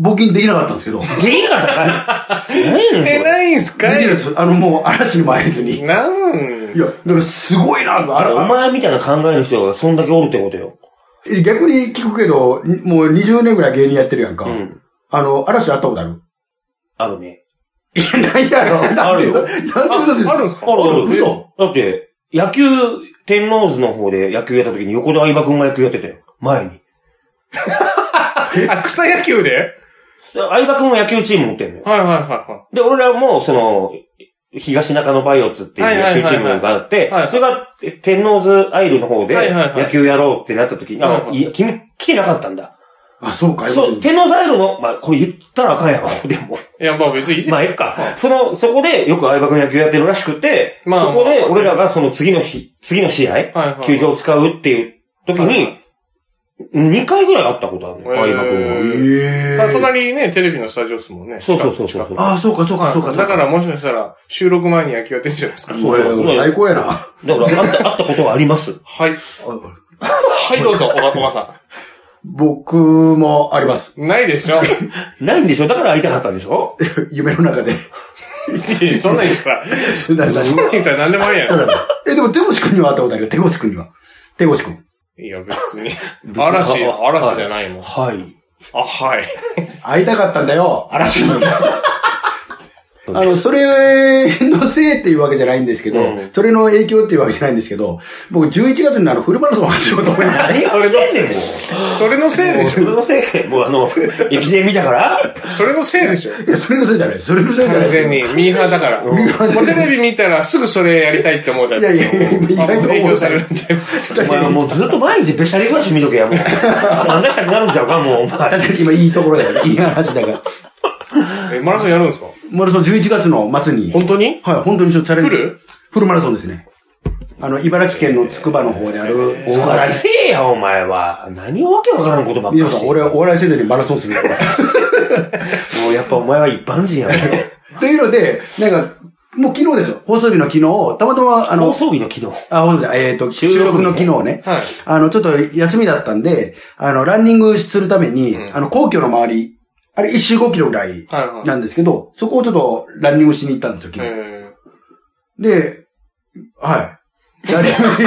[SPEAKER 2] 募金できなかったんですけど。で
[SPEAKER 1] できんかったかい。何や
[SPEAKER 3] 出
[SPEAKER 1] ねん
[SPEAKER 3] て
[SPEAKER 1] それ。
[SPEAKER 3] ないんす
[SPEAKER 2] きな
[SPEAKER 3] か
[SPEAKER 2] い
[SPEAKER 3] い
[SPEAKER 2] です。あの、もう嵐にも入れずに。いや、
[SPEAKER 3] なん
[SPEAKER 2] だからすごいなと、あら
[SPEAKER 1] お前みたいな考えの人がそんだけおるってことよ。
[SPEAKER 2] え逆に聞くけど、にもう20年ぐらい芸人やってるやんか。
[SPEAKER 1] うん。
[SPEAKER 2] あの、嵐あったことある
[SPEAKER 1] あるね。
[SPEAKER 2] いや、ないや ろ。
[SPEAKER 1] あるよ
[SPEAKER 2] なんでなんで嘘ついて
[SPEAKER 3] あ、あるんすか
[SPEAKER 1] ある
[SPEAKER 2] 嘘
[SPEAKER 1] だって、野球、天王寺の方で野球やった時に横で相葉くんが野球やってたよ。前に。
[SPEAKER 3] あ、草野球で
[SPEAKER 1] 相葉くんは野球チーム持ってんのよ。
[SPEAKER 3] はいはいは
[SPEAKER 1] で、俺らも、その、東中野バイオッツっていう
[SPEAKER 3] はいはいは
[SPEAKER 1] 野
[SPEAKER 3] い
[SPEAKER 1] 球
[SPEAKER 3] はい
[SPEAKER 1] チームがあって
[SPEAKER 3] はい、
[SPEAKER 1] それがえ天王洲アイルの方で
[SPEAKER 3] はいはいはい
[SPEAKER 1] 野球やろうってなった時に、
[SPEAKER 3] はい
[SPEAKER 1] あ、
[SPEAKER 3] はい
[SPEAKER 1] いや君来てなかったんだ。
[SPEAKER 2] あ、そうか。
[SPEAKER 1] そう、天王洲アイルの、まあ、これ言ったらあかんやろ、 でも。
[SPEAKER 3] い。いや、まあ別にいいじゃん。
[SPEAKER 1] まあ、えっか。その、そこでよく相葉君野球やってるらしくて、
[SPEAKER 3] まあ
[SPEAKER 1] そこで俺らがその次の日、次の試合、
[SPEAKER 3] はいはい
[SPEAKER 1] 球場を使うっていう時
[SPEAKER 3] はいは
[SPEAKER 1] に、2回ぐらいあったことあるのよ、
[SPEAKER 3] へー
[SPEAKER 1] 相葉君は。
[SPEAKER 2] ええ
[SPEAKER 3] あ隣ね、テレビのスタジオっすもんね。
[SPEAKER 1] そうそうそうそう
[SPEAKER 3] 近く近く
[SPEAKER 2] ああ、そうか、そうか、そうか。そう
[SPEAKER 3] だから、もしかしたら、収録前に野球やってんじゃないですか。
[SPEAKER 1] そうそうそう
[SPEAKER 2] もう最高やな。
[SPEAKER 1] だから、あった、あったことはあります。
[SPEAKER 3] はい。はい、どうぞ、おば、おばさ
[SPEAKER 2] 僕もあります。
[SPEAKER 3] ん。ないでしょ
[SPEAKER 1] ないんでしょだから会いたかったんでしょ
[SPEAKER 2] 夢の中で。
[SPEAKER 3] いやそんなん言ったら、
[SPEAKER 2] そ んな
[SPEAKER 3] そんなん言ったら何でもありやん。
[SPEAKER 2] え、でも手越くんには会ったことあるよ。手越くんには。手越くん。
[SPEAKER 3] いや、別に。嵐、嵐じゃないもん。
[SPEAKER 1] はい。
[SPEAKER 3] あ、はい。
[SPEAKER 2] 会いたかったんだよ、嵐に。あの、それのせいっていうわけじゃないんですけど、
[SPEAKER 3] うん
[SPEAKER 2] それの影響っていうわけじゃないんですけど、僕11月にあの、フルマラソン走ろうと思います。
[SPEAKER 1] あれそれのせいも
[SPEAKER 3] それのせいで
[SPEAKER 1] う。
[SPEAKER 3] し
[SPEAKER 1] それのせい、もうあの、駅伝見たから、
[SPEAKER 3] ょ。それのせいでしょ。
[SPEAKER 2] いや、それのせいじゃないです。それのせいじゃない
[SPEAKER 3] 完
[SPEAKER 2] です。
[SPEAKER 3] 全に。ミーハーだから。も
[SPEAKER 2] ミーハー
[SPEAKER 3] うテレビ見たらすぐそれやりたいって思うタイ
[SPEAKER 2] い
[SPEAKER 3] プ。
[SPEAKER 2] やいやいや、意外と
[SPEAKER 3] 影
[SPEAKER 2] 思
[SPEAKER 3] 響
[SPEAKER 2] う
[SPEAKER 3] されるタイプでしょ。
[SPEAKER 1] お前はもうずっと毎日べしゃり暮らし見とけや、もう。漫才したくなるんちゃうか、もう、お前。
[SPEAKER 2] 確かに今いいところだよね。いい話だから。
[SPEAKER 3] え、マラソンやるんですか
[SPEAKER 2] マラソン11月の末に。
[SPEAKER 3] 本当に
[SPEAKER 2] はい、本当にちょっとチャレンジ。
[SPEAKER 3] フル
[SPEAKER 2] フルマラソンですね。あの、茨城県のつくばの方である。
[SPEAKER 1] お笑いせえや、お前は。何をわけわからんことばっかり
[SPEAKER 2] 皆
[SPEAKER 1] し
[SPEAKER 2] さ
[SPEAKER 1] て。
[SPEAKER 2] ん、俺はお笑いせずにマラソ ンするから。
[SPEAKER 1] もうやっぱお前は一般人やもん。
[SPEAKER 2] というので、なんか、もう昨日ですよ。放送日の昨日、たまたま、あ
[SPEAKER 1] 放
[SPEAKER 2] の、
[SPEAKER 1] 送日の昨日。
[SPEAKER 2] あ、ほんとだえっ、と、
[SPEAKER 1] 収録
[SPEAKER 2] 収録の昨日ね。
[SPEAKER 3] はい
[SPEAKER 2] あの、ちょっと休みだったんで、あの、ランニングするために、あの、皇居の周り、あれ一周5キロぐらい
[SPEAKER 3] はいはい
[SPEAKER 2] なんですけど、そこをちょっとランニングしに行ったんですよ、昨日。
[SPEAKER 3] え
[SPEAKER 2] で、はい。ランニング し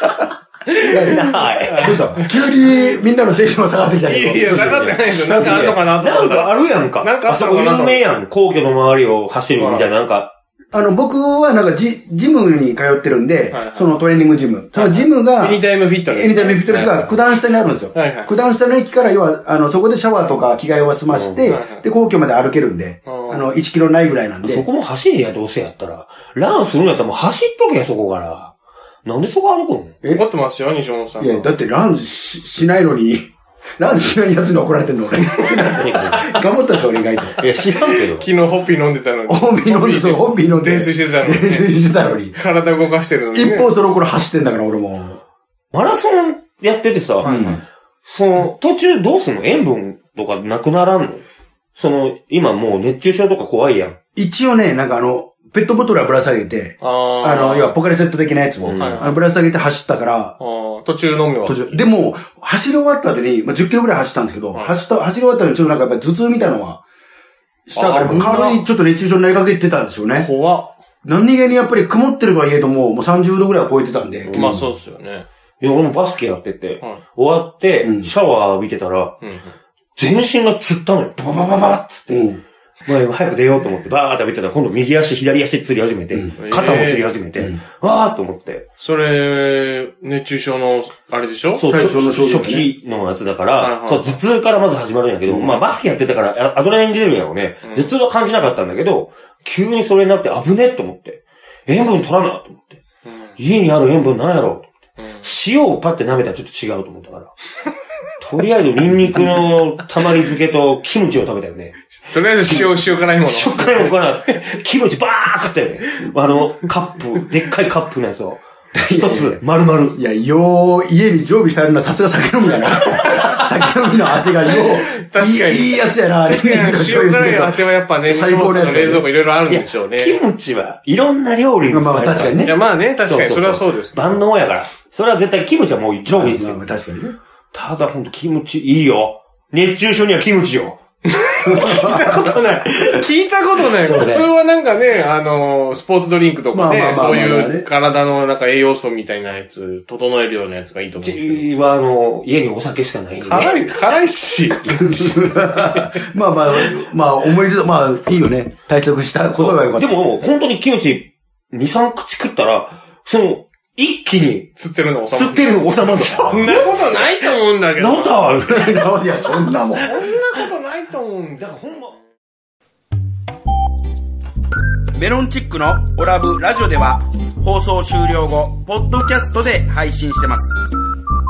[SPEAKER 1] はい。
[SPEAKER 2] どうした急にみんなのテンションが下がってきた
[SPEAKER 3] ー
[SPEAKER 2] け
[SPEAKER 3] い
[SPEAKER 2] ど。
[SPEAKER 3] やいや、下がってないですよ。なんかあんのかなと
[SPEAKER 1] な
[SPEAKER 3] 思
[SPEAKER 1] ん
[SPEAKER 3] った
[SPEAKER 1] かあるやんか。
[SPEAKER 3] なんかあ
[SPEAKER 1] あ
[SPEAKER 3] っ
[SPEAKER 1] そ
[SPEAKER 3] たの
[SPEAKER 1] こ
[SPEAKER 3] かなと
[SPEAKER 1] 有名やん。皇居の周りを走るみたいな、なんか、
[SPEAKER 2] あの、僕はなんかジ、ジムに通ってるんで、
[SPEAKER 3] はいはい
[SPEAKER 2] そのトレーニングジム。そのジムが、
[SPEAKER 3] エニタイムフィットネス
[SPEAKER 2] エニタイムフィットネス
[SPEAKER 3] はい
[SPEAKER 2] が九段下にあるんですよ。
[SPEAKER 3] はいはい
[SPEAKER 2] 九段下の駅から、要は、あの、そこでシャワーとか着替えを済まして、
[SPEAKER 3] うんはいはい
[SPEAKER 2] で、皇居まで歩けるんで、
[SPEAKER 3] うん
[SPEAKER 2] あの、1キロないぐらいなんで。
[SPEAKER 1] そこも走れや、どうせやったら。ランするんやったらもう走っとけや、そこから。なんでそこ歩くん
[SPEAKER 2] え
[SPEAKER 3] 怒ってますよ、西本さん
[SPEAKER 2] い
[SPEAKER 3] が。
[SPEAKER 2] や、だってランししないのに、 ランしない奴に怒られてんの、俺。 頑張ったんですよ、俺意外と。
[SPEAKER 1] いや、知らんけど。
[SPEAKER 3] 昨日ホッピー飲んでたのに。
[SPEAKER 2] ホッピー飲んで、そう、ホッピー飲んで。
[SPEAKER 3] 泥酔してたのにね
[SPEAKER 2] 泥酔してたのに。
[SPEAKER 3] 体動かしてるのにね。
[SPEAKER 2] 一方その頃走ってんだから、俺も。
[SPEAKER 1] マラソンやっててさ、
[SPEAKER 2] うん
[SPEAKER 1] その、途中どうすんの塩分とかなくならんのその、今もう熱中症とか怖いやん。
[SPEAKER 2] 一応ね、なんかあの、ペットボトルはぶら下げて、
[SPEAKER 3] あー
[SPEAKER 2] あの、要はポカリセット的なやつを、
[SPEAKER 1] うん
[SPEAKER 3] はいはい
[SPEAKER 2] あのぶら下げて走ったから
[SPEAKER 3] あ、ー途中飲みは
[SPEAKER 2] 途。中、でも、走り終わった後に、まあ、10キロぐらい走ったんですけど、
[SPEAKER 3] はい
[SPEAKER 2] 走った、走り終わった後にちょっとなんかやっぱり頭痛みたいなのは、したから、
[SPEAKER 3] あー
[SPEAKER 2] 軽いちょっと熱中症になりかけてたんですよね。
[SPEAKER 3] 怖っ。
[SPEAKER 2] 何気にやっぱり曇ってるとはいえども、もう30度ぐらいは超えてたんで、
[SPEAKER 3] まあそうですよね。
[SPEAKER 1] いや、俺もバスケやってて、
[SPEAKER 3] はい
[SPEAKER 1] 終わって、
[SPEAKER 2] うん
[SPEAKER 1] シャワー浴びてたら、
[SPEAKER 3] うん。
[SPEAKER 1] 全身がつったのよ。バババババっつって。
[SPEAKER 2] うん。
[SPEAKER 1] まあ、早く出ようと思って、バーって浴びてたら、今度右足、左足釣り始めて、
[SPEAKER 2] う
[SPEAKER 1] 肩も釣り始めて、わーっと思って、
[SPEAKER 3] それ、熱中症の、あれでしょ
[SPEAKER 1] そう、
[SPEAKER 2] 最初の
[SPEAKER 1] 初
[SPEAKER 2] 症状ね
[SPEAKER 1] 初期のやつだか
[SPEAKER 3] はい
[SPEAKER 1] ら、
[SPEAKER 3] はい
[SPEAKER 1] そう、頭痛からまず始まるんやけど、まあ、バスケやってたから、あアドレナリン出てるやろうね。頭痛は感じなかったんだけど、急にそれになって危ねえと思って、塩分取らなと思って、家にある塩分なんやろうと思って塩をパッて舐めたらちょっと違うと思ったから。とりあえず、ニンニクのたまり漬けとキムチを食べたよね。
[SPEAKER 3] とりあえず塩、塩辛いもの。
[SPEAKER 1] 食感もからって、キムチばー食ったよね。あの、カップ、でっかいカップのやつを。一 つ、丸々。
[SPEAKER 2] いや、よう、家に常備してあるのはさすが酒飲みだな。 酒飲みのあてがよう、
[SPEAKER 3] 確かに
[SPEAKER 2] いいいいやつやな、あれ。
[SPEAKER 3] いや 塩辛いあてはやっぱね、西
[SPEAKER 2] 最
[SPEAKER 3] 本
[SPEAKER 2] 高
[SPEAKER 3] さ
[SPEAKER 2] の
[SPEAKER 3] ん
[SPEAKER 2] や
[SPEAKER 3] の
[SPEAKER 2] つ
[SPEAKER 3] 冷蔵庫いろいろあるん
[SPEAKER 1] いや、
[SPEAKER 3] でしょうね。
[SPEAKER 1] キムチはいろんな料理に使える
[SPEAKER 2] まあまあ確かにね
[SPEAKER 3] いや、まあね、確かに、それはそうです。
[SPEAKER 1] 万能やから。それは絶対キムチはもう上位です
[SPEAKER 2] まあま
[SPEAKER 1] よ。
[SPEAKER 2] あ確かにね。
[SPEAKER 1] ただほんとキムチいいよ。熱中症にはキムチよ。聞いたことない。
[SPEAKER 3] 聞いたことない。
[SPEAKER 1] そうね
[SPEAKER 3] 普通はなんかね、あのー、スポーツドリンクとか
[SPEAKER 2] まあ
[SPEAKER 3] ね、
[SPEAKER 2] まあまあま
[SPEAKER 3] そ
[SPEAKER 2] あ
[SPEAKER 3] う
[SPEAKER 2] まあね
[SPEAKER 3] いう体のなんか栄養素みたいなやつ、整えるようなやつがいいと思うんですけど。
[SPEAKER 1] うちはあの、家にお酒しかないんで。
[SPEAKER 3] 辛い、辛いし。
[SPEAKER 2] まあまあ、まあ思いつ、まあいいよね。退職したことがよかっ
[SPEAKER 1] で
[SPEAKER 2] た。
[SPEAKER 1] も、本当にキムチ2、3口食ったら、その、一気に、
[SPEAKER 3] 釣ってるの収ま
[SPEAKER 1] 釣ってるの収まるそ
[SPEAKER 3] そんなことないと思うんだけど。
[SPEAKER 1] なんだ
[SPEAKER 2] も、 いや、そんなもん。
[SPEAKER 3] そんなことないと思うんだ
[SPEAKER 1] だからほんま。
[SPEAKER 4] メロンチックのオラブラジオでは放送終了後、ポッドキャストで配信してます。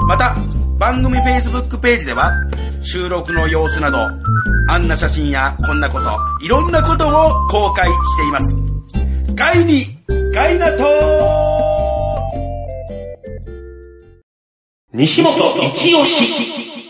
[SPEAKER 4] また、番組 Facebook ページでは収録の様子など、あんな写真やこんなこと、いろんなことを公開しています。ガイに、ガイナトー
[SPEAKER 1] 西本一押し。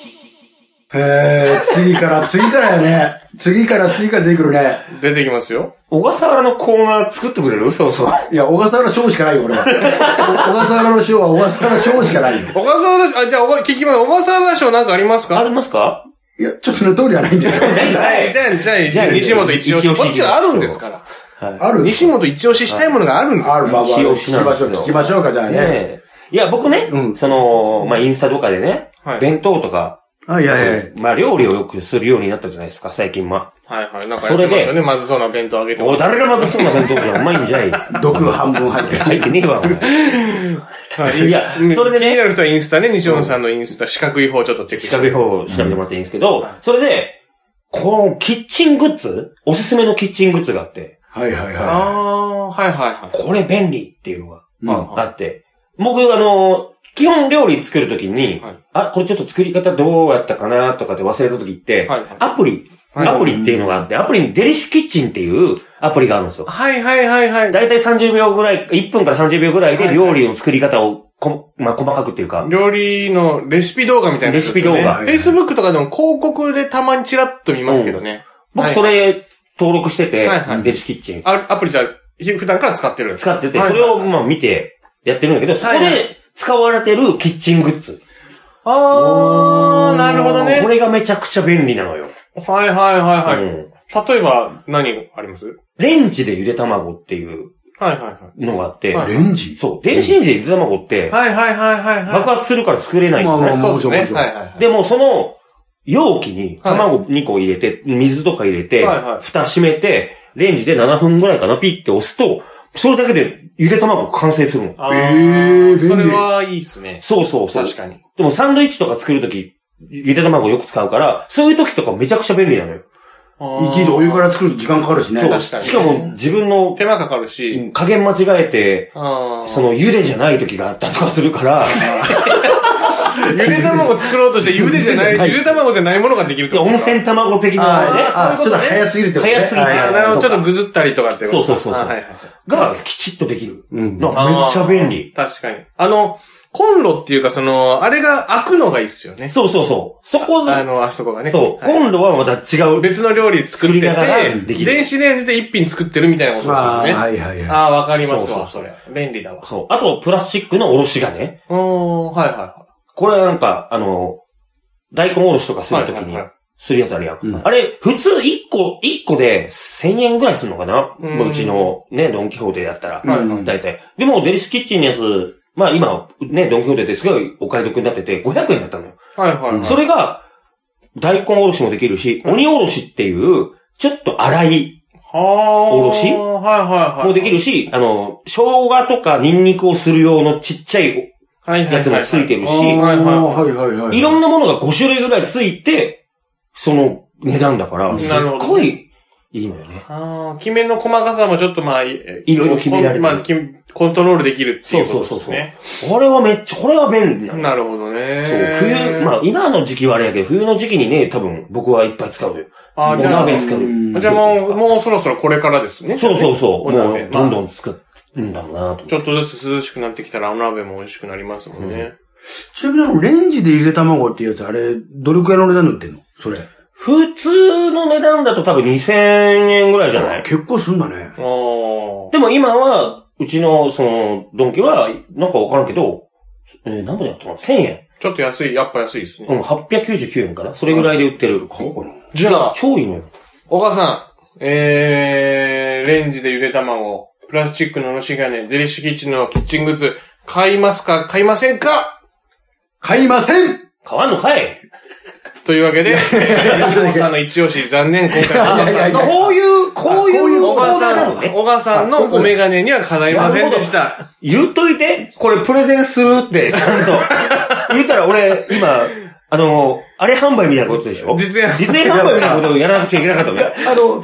[SPEAKER 2] へえ、次から、次からやね。次から次から出てくるね。
[SPEAKER 3] 出てきますよ。
[SPEAKER 1] 小笠原のコーナー作ってくれるそうそう。
[SPEAKER 2] いや、小笠原翔しかないよ、俺は。 お小笠原の翔は小笠原翔しかないよ。
[SPEAKER 3] 小笠原賞、あ、じゃあ、おが聞きます。小笠原賞なんかあります
[SPEAKER 1] あ
[SPEAKER 3] か
[SPEAKER 1] りますか
[SPEAKER 2] いや、ちょっとその通りはないんですよ。
[SPEAKER 1] ないない
[SPEAKER 3] じゃあ、じゃあ、
[SPEAKER 1] じゃあ
[SPEAKER 3] 西本一押
[SPEAKER 1] 一押
[SPEAKER 3] し。
[SPEAKER 1] し
[SPEAKER 3] こっちはあるんですから。
[SPEAKER 2] ある
[SPEAKER 3] 西本一押ししたいものがあるんです
[SPEAKER 2] ある、まあまあ、
[SPEAKER 1] 一
[SPEAKER 2] 聞
[SPEAKER 1] 押し
[SPEAKER 2] き
[SPEAKER 1] なんで
[SPEAKER 2] ますし
[SPEAKER 1] よ
[SPEAKER 2] ょう、聞きましょうか、じゃあね。
[SPEAKER 1] ねえ。いや、僕ね、
[SPEAKER 2] うん
[SPEAKER 1] その、まあ、インスタとかでね、
[SPEAKER 3] はい
[SPEAKER 1] 弁当とか
[SPEAKER 2] あ、いやいやいや。
[SPEAKER 1] まあ、料理をよくするようになったじゃないですか、最近は。
[SPEAKER 3] はいはい。なんかやってまし
[SPEAKER 1] そ
[SPEAKER 3] た
[SPEAKER 1] れ
[SPEAKER 3] ね。まずそうな弁当あげて
[SPEAKER 1] おい、
[SPEAKER 3] ました。
[SPEAKER 1] 誰がまたそんな弁当じゃん、うまいんじゃい。
[SPEAKER 2] 毒半分入ってる。
[SPEAKER 1] 入ってねえわ、お前。
[SPEAKER 3] はい
[SPEAKER 1] いや
[SPEAKER 3] うん
[SPEAKER 1] それでね
[SPEAKER 3] 気になる人はインスタね、西本さんのインスタ、四角い方ちょっとチェック
[SPEAKER 1] 四
[SPEAKER 3] して。
[SPEAKER 1] 角い方を調べてもらっていいんですけど、それで、このキッチングッズおすすめのキッチングッズがあって、
[SPEAKER 2] はいはい
[SPEAKER 3] あ
[SPEAKER 2] は
[SPEAKER 3] あ、はいはいはい。
[SPEAKER 1] これ便利っていうのが
[SPEAKER 2] い。
[SPEAKER 3] あ
[SPEAKER 1] あって、僕、あの、基本料理作るときに
[SPEAKER 3] はい、
[SPEAKER 1] あ、これちょっと作り方どうやったかなとかって忘れたときって
[SPEAKER 3] はいはい、
[SPEAKER 1] アプリ、
[SPEAKER 3] はい
[SPEAKER 1] アプリっていうのがあって、アプリにデリシュキッチンっていうアプリがあるんですよ。
[SPEAKER 3] はいはいはいはい。
[SPEAKER 1] だいたい30秒ぐらい、1分から30秒ぐらいで料理の作り方をこ、まあ、細かくっていうか、
[SPEAKER 3] 料理のレシピ動画みたいなやつですよね、
[SPEAKER 1] レシ
[SPEAKER 2] ピ
[SPEAKER 3] Facebook とかでも広告でたまにチラッと見ますけどね。
[SPEAKER 1] 僕それ登録してて
[SPEAKER 3] はいはい、
[SPEAKER 1] デリシュキッチン。
[SPEAKER 3] あアプリじゃ、普段から使ってるんですか
[SPEAKER 1] 使ってて、
[SPEAKER 3] はい
[SPEAKER 1] それをまあ見てやってるんだけど、そこ
[SPEAKER 3] はいは
[SPEAKER 1] で使われてるキッチングッズ。
[SPEAKER 3] あー、なるほど
[SPEAKER 1] こ
[SPEAKER 3] ね。
[SPEAKER 1] れがめちゃくちゃ便利なのよ。
[SPEAKER 3] はいはいはいはい。
[SPEAKER 1] うん
[SPEAKER 3] 例えば、何あります
[SPEAKER 1] レンジでゆで卵っていう
[SPEAKER 3] はいはいは
[SPEAKER 1] のがあって、
[SPEAKER 3] はい
[SPEAKER 2] レンジ
[SPEAKER 1] そう、電子レンジでゆで卵って
[SPEAKER 3] い。はいはいはいはいはい。
[SPEAKER 1] 爆発するから作れないんだよね
[SPEAKER 2] まあまあ
[SPEAKER 3] そうですね。
[SPEAKER 2] もちろんもちろん
[SPEAKER 3] はいはいはい。
[SPEAKER 1] でもその容器に卵2個入れて、水とか入れて、
[SPEAKER 3] はいはい
[SPEAKER 1] 蓋閉めて、レンジで7分ぐらいかな、ピッて押すと、それだけでゆで卵完成するの。
[SPEAKER 3] あ
[SPEAKER 2] えー便利
[SPEAKER 3] それはいいですね。
[SPEAKER 1] そうそうそう。
[SPEAKER 3] 確かに。
[SPEAKER 1] でもサンドイッチとか作るとき、ゆで卵よく使うから、そういうときとかめちゃくちゃ便利なのよ。
[SPEAKER 2] いちいちお湯から作ると時間かかるしね。
[SPEAKER 1] そう
[SPEAKER 3] 確かにね
[SPEAKER 1] しかも自分の
[SPEAKER 3] 手間かかる
[SPEAKER 1] う
[SPEAKER 3] し。
[SPEAKER 1] ん加減間違えて、
[SPEAKER 3] あー
[SPEAKER 1] その茹でじゃない時があったりとかする から、
[SPEAKER 3] ゆで卵作ろうとして、ゆでじゃ ない、ゆで卵じゃないものができるっ
[SPEAKER 1] い
[SPEAKER 3] て
[SPEAKER 1] や
[SPEAKER 3] こと
[SPEAKER 1] 温
[SPEAKER 3] ですか
[SPEAKER 1] 泉卵的
[SPEAKER 2] あ
[SPEAKER 1] な
[SPEAKER 2] ー
[SPEAKER 1] ね
[SPEAKER 2] ね、あーちょっと早すぎるってことね。
[SPEAKER 1] 早すぎて
[SPEAKER 2] はい
[SPEAKER 3] あ
[SPEAKER 2] はい
[SPEAKER 3] なるほど、ち
[SPEAKER 1] と
[SPEAKER 3] ょ
[SPEAKER 1] か
[SPEAKER 3] っとぐずったりとかってこと
[SPEAKER 1] そうそうそうそう
[SPEAKER 3] あはいはいはい
[SPEAKER 1] がきちっとできる。
[SPEAKER 2] うん
[SPEAKER 1] だからめっちゃ便利。
[SPEAKER 3] あー確かに。あの、コンロっていうか、その、あれが開くのがいいっすよね。
[SPEAKER 1] そうそうそう。そこ
[SPEAKER 3] あ
[SPEAKER 1] の、
[SPEAKER 3] の、あそこがね。
[SPEAKER 1] そう、
[SPEAKER 3] はい
[SPEAKER 1] 今度はまた違う。
[SPEAKER 3] 別の料理作
[SPEAKER 1] 作
[SPEAKER 3] って
[SPEAKER 1] りながらで
[SPEAKER 3] て、
[SPEAKER 1] きる
[SPEAKER 3] 電子レンジで一品作ってるみたいなことです
[SPEAKER 2] あ
[SPEAKER 3] よね。
[SPEAKER 2] ーはいはいはい。
[SPEAKER 3] ああ、わかりますわ、
[SPEAKER 1] そ
[SPEAKER 3] そう
[SPEAKER 1] そう
[SPEAKER 3] れ。便利だわ。
[SPEAKER 1] そう。あと、プラスチックのおろし金。
[SPEAKER 3] おー、はいはいは
[SPEAKER 1] これはなんか、あの、大根おろしとかするとき
[SPEAKER 3] はい
[SPEAKER 1] に
[SPEAKER 3] はいはい、
[SPEAKER 1] するやつあるやん。
[SPEAKER 2] うん
[SPEAKER 1] あれ、普通1個、一個で1000円ぐらいするのかなう
[SPEAKER 3] うん
[SPEAKER 1] うちのね、ドンキホーテだったら。
[SPEAKER 3] はい
[SPEAKER 2] うん
[SPEAKER 1] 大体。でも、デリスキッチンのやつ、まあ今、ね、ドンキホーテってすごいお買い得になってて、500円だったのよ。
[SPEAKER 3] い。はいはいはい。
[SPEAKER 1] それが、大根おろしもできるし、鬼おろしっていう、ちょっと粗い
[SPEAKER 3] はあ。
[SPEAKER 1] おろし
[SPEAKER 3] はいはいはい。
[SPEAKER 1] もできるし、あの、生姜とかニンニクをする用のちっちゃい、
[SPEAKER 3] はいはいはいはい。
[SPEAKER 1] やつもついてるし
[SPEAKER 3] はいはいはい。
[SPEAKER 2] はいはいはい。
[SPEAKER 1] いろんなものが5種類ぐらいついて、その値段だから、すっ
[SPEAKER 3] なるほど
[SPEAKER 1] ごいいいのよね。
[SPEAKER 3] ああ、決めの細かさもちょっとまあ、え
[SPEAKER 1] いろいろ決められてる
[SPEAKER 3] まあ、きコントロールできるっていうことですね。
[SPEAKER 1] そうそうそうそう。これはめっちゃ、これは便利なの
[SPEAKER 3] なるほどね。
[SPEAKER 1] そう、冬、まあ今の時期はあれやけど、冬の時期にね、多分僕はいっぱい使うのよ。
[SPEAKER 3] あ
[SPEAKER 1] お
[SPEAKER 3] ーじゃあ
[SPEAKER 1] 鍋使う。
[SPEAKER 2] うん
[SPEAKER 3] じゃあもう、もうそろそろこれからですね。
[SPEAKER 1] そうそうそう。
[SPEAKER 3] お
[SPEAKER 1] も
[SPEAKER 3] 鍋
[SPEAKER 1] うどんどん作るんだろうなと思って
[SPEAKER 3] ちょっとずつ涼しくなってきたらお鍋も美味しくなりますもんね。
[SPEAKER 2] ちなみにあのレンジで入れ卵っていうやつ、あれ、どれくらいの値段で売ってんのそれ。
[SPEAKER 1] 普通の値段だと多分2000円ぐらいじゃない
[SPEAKER 2] 結構すんだね。
[SPEAKER 3] おー
[SPEAKER 1] でも今は、うちの、その、ドンキは、なんかわからんけど、えー、何本やったかな ?1000 円。
[SPEAKER 3] ちょっと安い、やっぱ安いですね。
[SPEAKER 1] うん、899円かなそれぐらいで売ってる。
[SPEAKER 2] 買おうかな。
[SPEAKER 3] じゃあ、
[SPEAKER 1] 超いいのよ。
[SPEAKER 3] お母さん、えー、レンジでゆで卵、プラスチックのおろし金、デリッシュキッチンのキッチングッズ、買いますか買いませんか
[SPEAKER 2] 買いません
[SPEAKER 1] 買わんのかい
[SPEAKER 3] というわけで、えー西本さんの一押し、残念、今回はお母さんの、
[SPEAKER 1] こういう、こうい
[SPEAKER 2] あこういう
[SPEAKER 1] う
[SPEAKER 3] 小
[SPEAKER 1] オー
[SPEAKER 3] 川
[SPEAKER 1] ダー
[SPEAKER 3] さ、
[SPEAKER 1] なんのね。
[SPEAKER 3] 小川さんのお眼鏡には叶いませんでした。
[SPEAKER 1] 言っといて、これプレゼンする って、ちゃんと。言ったら俺、今、あの、あれ販売みたいなことでしょ
[SPEAKER 3] 実演
[SPEAKER 1] 実演販売みたいなことをやらなくちゃいけなかったのね。
[SPEAKER 2] あの、でも、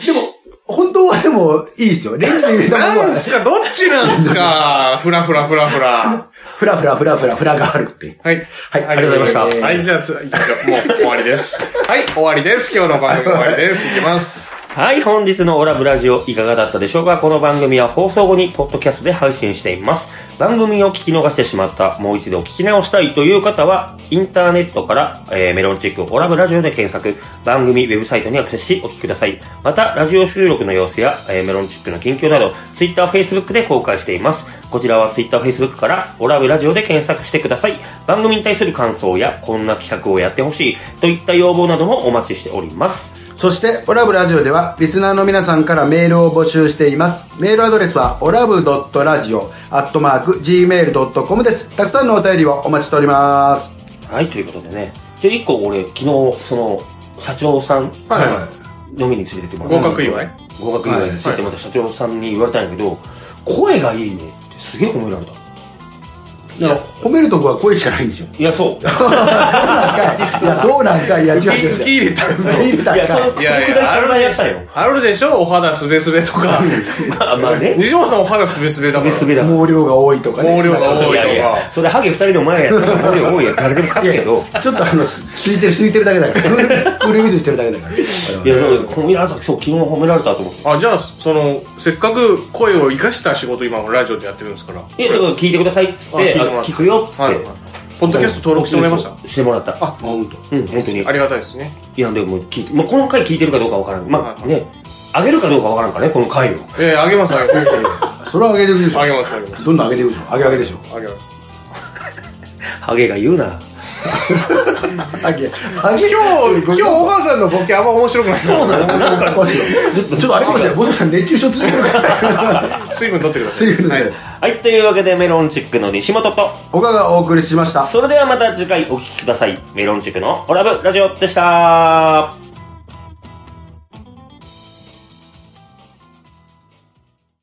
[SPEAKER 2] 本当はでも、いいですよ。レンジで入れた卵
[SPEAKER 3] なん
[SPEAKER 2] は、
[SPEAKER 3] すかどっちなんすかふらふらふらふら。
[SPEAKER 2] フラフラフラフラフラがあるって。
[SPEAKER 3] はい。
[SPEAKER 2] はい
[SPEAKER 3] ありがとうございま
[SPEAKER 2] あり
[SPEAKER 3] し
[SPEAKER 2] がとうございました
[SPEAKER 3] た。はい、じゃあつ、行きましょうもう終わりです。はい、終わりです。今日の番組終わりです。いきます。
[SPEAKER 1] はい、本日のオラブラジオいかがだったでしょうかこの番組は放送後にポッドキャストで配信しています。番組を聞き逃してしまった、もう一度聞き直したいという方は、インターネットから、えーメロンチックオラブラジオで検索、番組ウェブサイトにアクセスしお聞きください。また、ラジオ収録の様子や、えーメロンチックの近況など、Twitter、Facebook で公開しています。こちらは Twitter、Facebook から、オラブラジオで検索してください。番組に対する感想や、こんな企画をやってほしい、といった要望などもお待ちしております。
[SPEAKER 2] そして、オラブラジオでは、リスナーの皆さんからメールを募集しています。メールアドレスは、オラブドットラジオ、アットマーク、gmail.com です。たくさんのお便りをお待ちしております。
[SPEAKER 1] はい、ということでね、ちょ、一個俺、昨日、その、社長さん
[SPEAKER 3] はいはい。
[SPEAKER 1] 飲みに連れてってもら
[SPEAKER 3] 合
[SPEAKER 1] った。
[SPEAKER 3] 格祝い
[SPEAKER 1] 合格祝いについてまた社長さんに言われたんやけど、声がいいねってすげえ褒められた。
[SPEAKER 2] いや、褒めるとこは声しかないんですよ。
[SPEAKER 1] いや、そう。
[SPEAKER 2] そうなんかい。いや、そうなんかい。いや、違う違う違う。
[SPEAKER 3] 受け入れた
[SPEAKER 2] 受け入れた
[SPEAKER 1] いや、その、
[SPEAKER 2] ん
[SPEAKER 1] そのく
[SPEAKER 2] か
[SPEAKER 1] だり散々やったよ。
[SPEAKER 3] あるでしょお肌スベスベとか。
[SPEAKER 1] まあ、まあね。
[SPEAKER 3] 西本さんお肌スベスベだ
[SPEAKER 1] す
[SPEAKER 3] か
[SPEAKER 1] べ
[SPEAKER 3] ら。
[SPEAKER 1] すべだ
[SPEAKER 2] い。
[SPEAKER 1] から。
[SPEAKER 2] 毛量が多いとかね。
[SPEAKER 3] 毛量が多い
[SPEAKER 1] いやいや、それハゲ二人の前やったら、俺多いや、誰でも勝つけど。
[SPEAKER 2] ちょっとあの、すいてる、すいてるだけだから。くるみずしてるだけだから。
[SPEAKER 1] いや、そう褒められた、そう、昨日褒められたと思って。
[SPEAKER 3] あ、じゃあ、その、せっかく声を生かした仕事、今、ラジオでやってるんですから。
[SPEAKER 1] いや、だから聞いてくださいっつっ
[SPEAKER 3] あ聞い
[SPEAKER 1] て、
[SPEAKER 3] てもら
[SPEAKER 1] あ
[SPEAKER 3] った
[SPEAKER 1] 聞くよっつって。
[SPEAKER 3] はいはいポッドキャスト登録してもらいました
[SPEAKER 1] たしてもらった。
[SPEAKER 2] あ、ほんと。
[SPEAKER 1] うん、本当に。
[SPEAKER 3] ありがたいですね。
[SPEAKER 1] いや、でも聞いて、まあ、この回聞いてるかどうかわからん。まあ、
[SPEAKER 3] はいは
[SPEAKER 1] ね、あげるかどうかわからんからね、この回を。
[SPEAKER 3] えー、あげます、あげ ます。
[SPEAKER 2] それは上げていくでし
[SPEAKER 3] あげます、あげま
[SPEAKER 2] ょ。どんどん上げていくでしょ。上げ上げでしょ。
[SPEAKER 3] す。あげます。
[SPEAKER 1] ハゲが言うな。
[SPEAKER 2] 上げ、上げ。
[SPEAKER 3] 今日、今日、お母さんのボケあんま面白くないですよ
[SPEAKER 2] おかしいよちょっとちょっとあれかもしれない。もしかしたら熱中症続いてるから。
[SPEAKER 3] 水分取ってくださ
[SPEAKER 2] そう
[SPEAKER 3] い。
[SPEAKER 2] いうことで、
[SPEAKER 1] はい、というわけでメロンチックの西本と、
[SPEAKER 2] 他がお送りしました。
[SPEAKER 1] それではまた次回お聞きください。メロンチックのオラブラジオでした。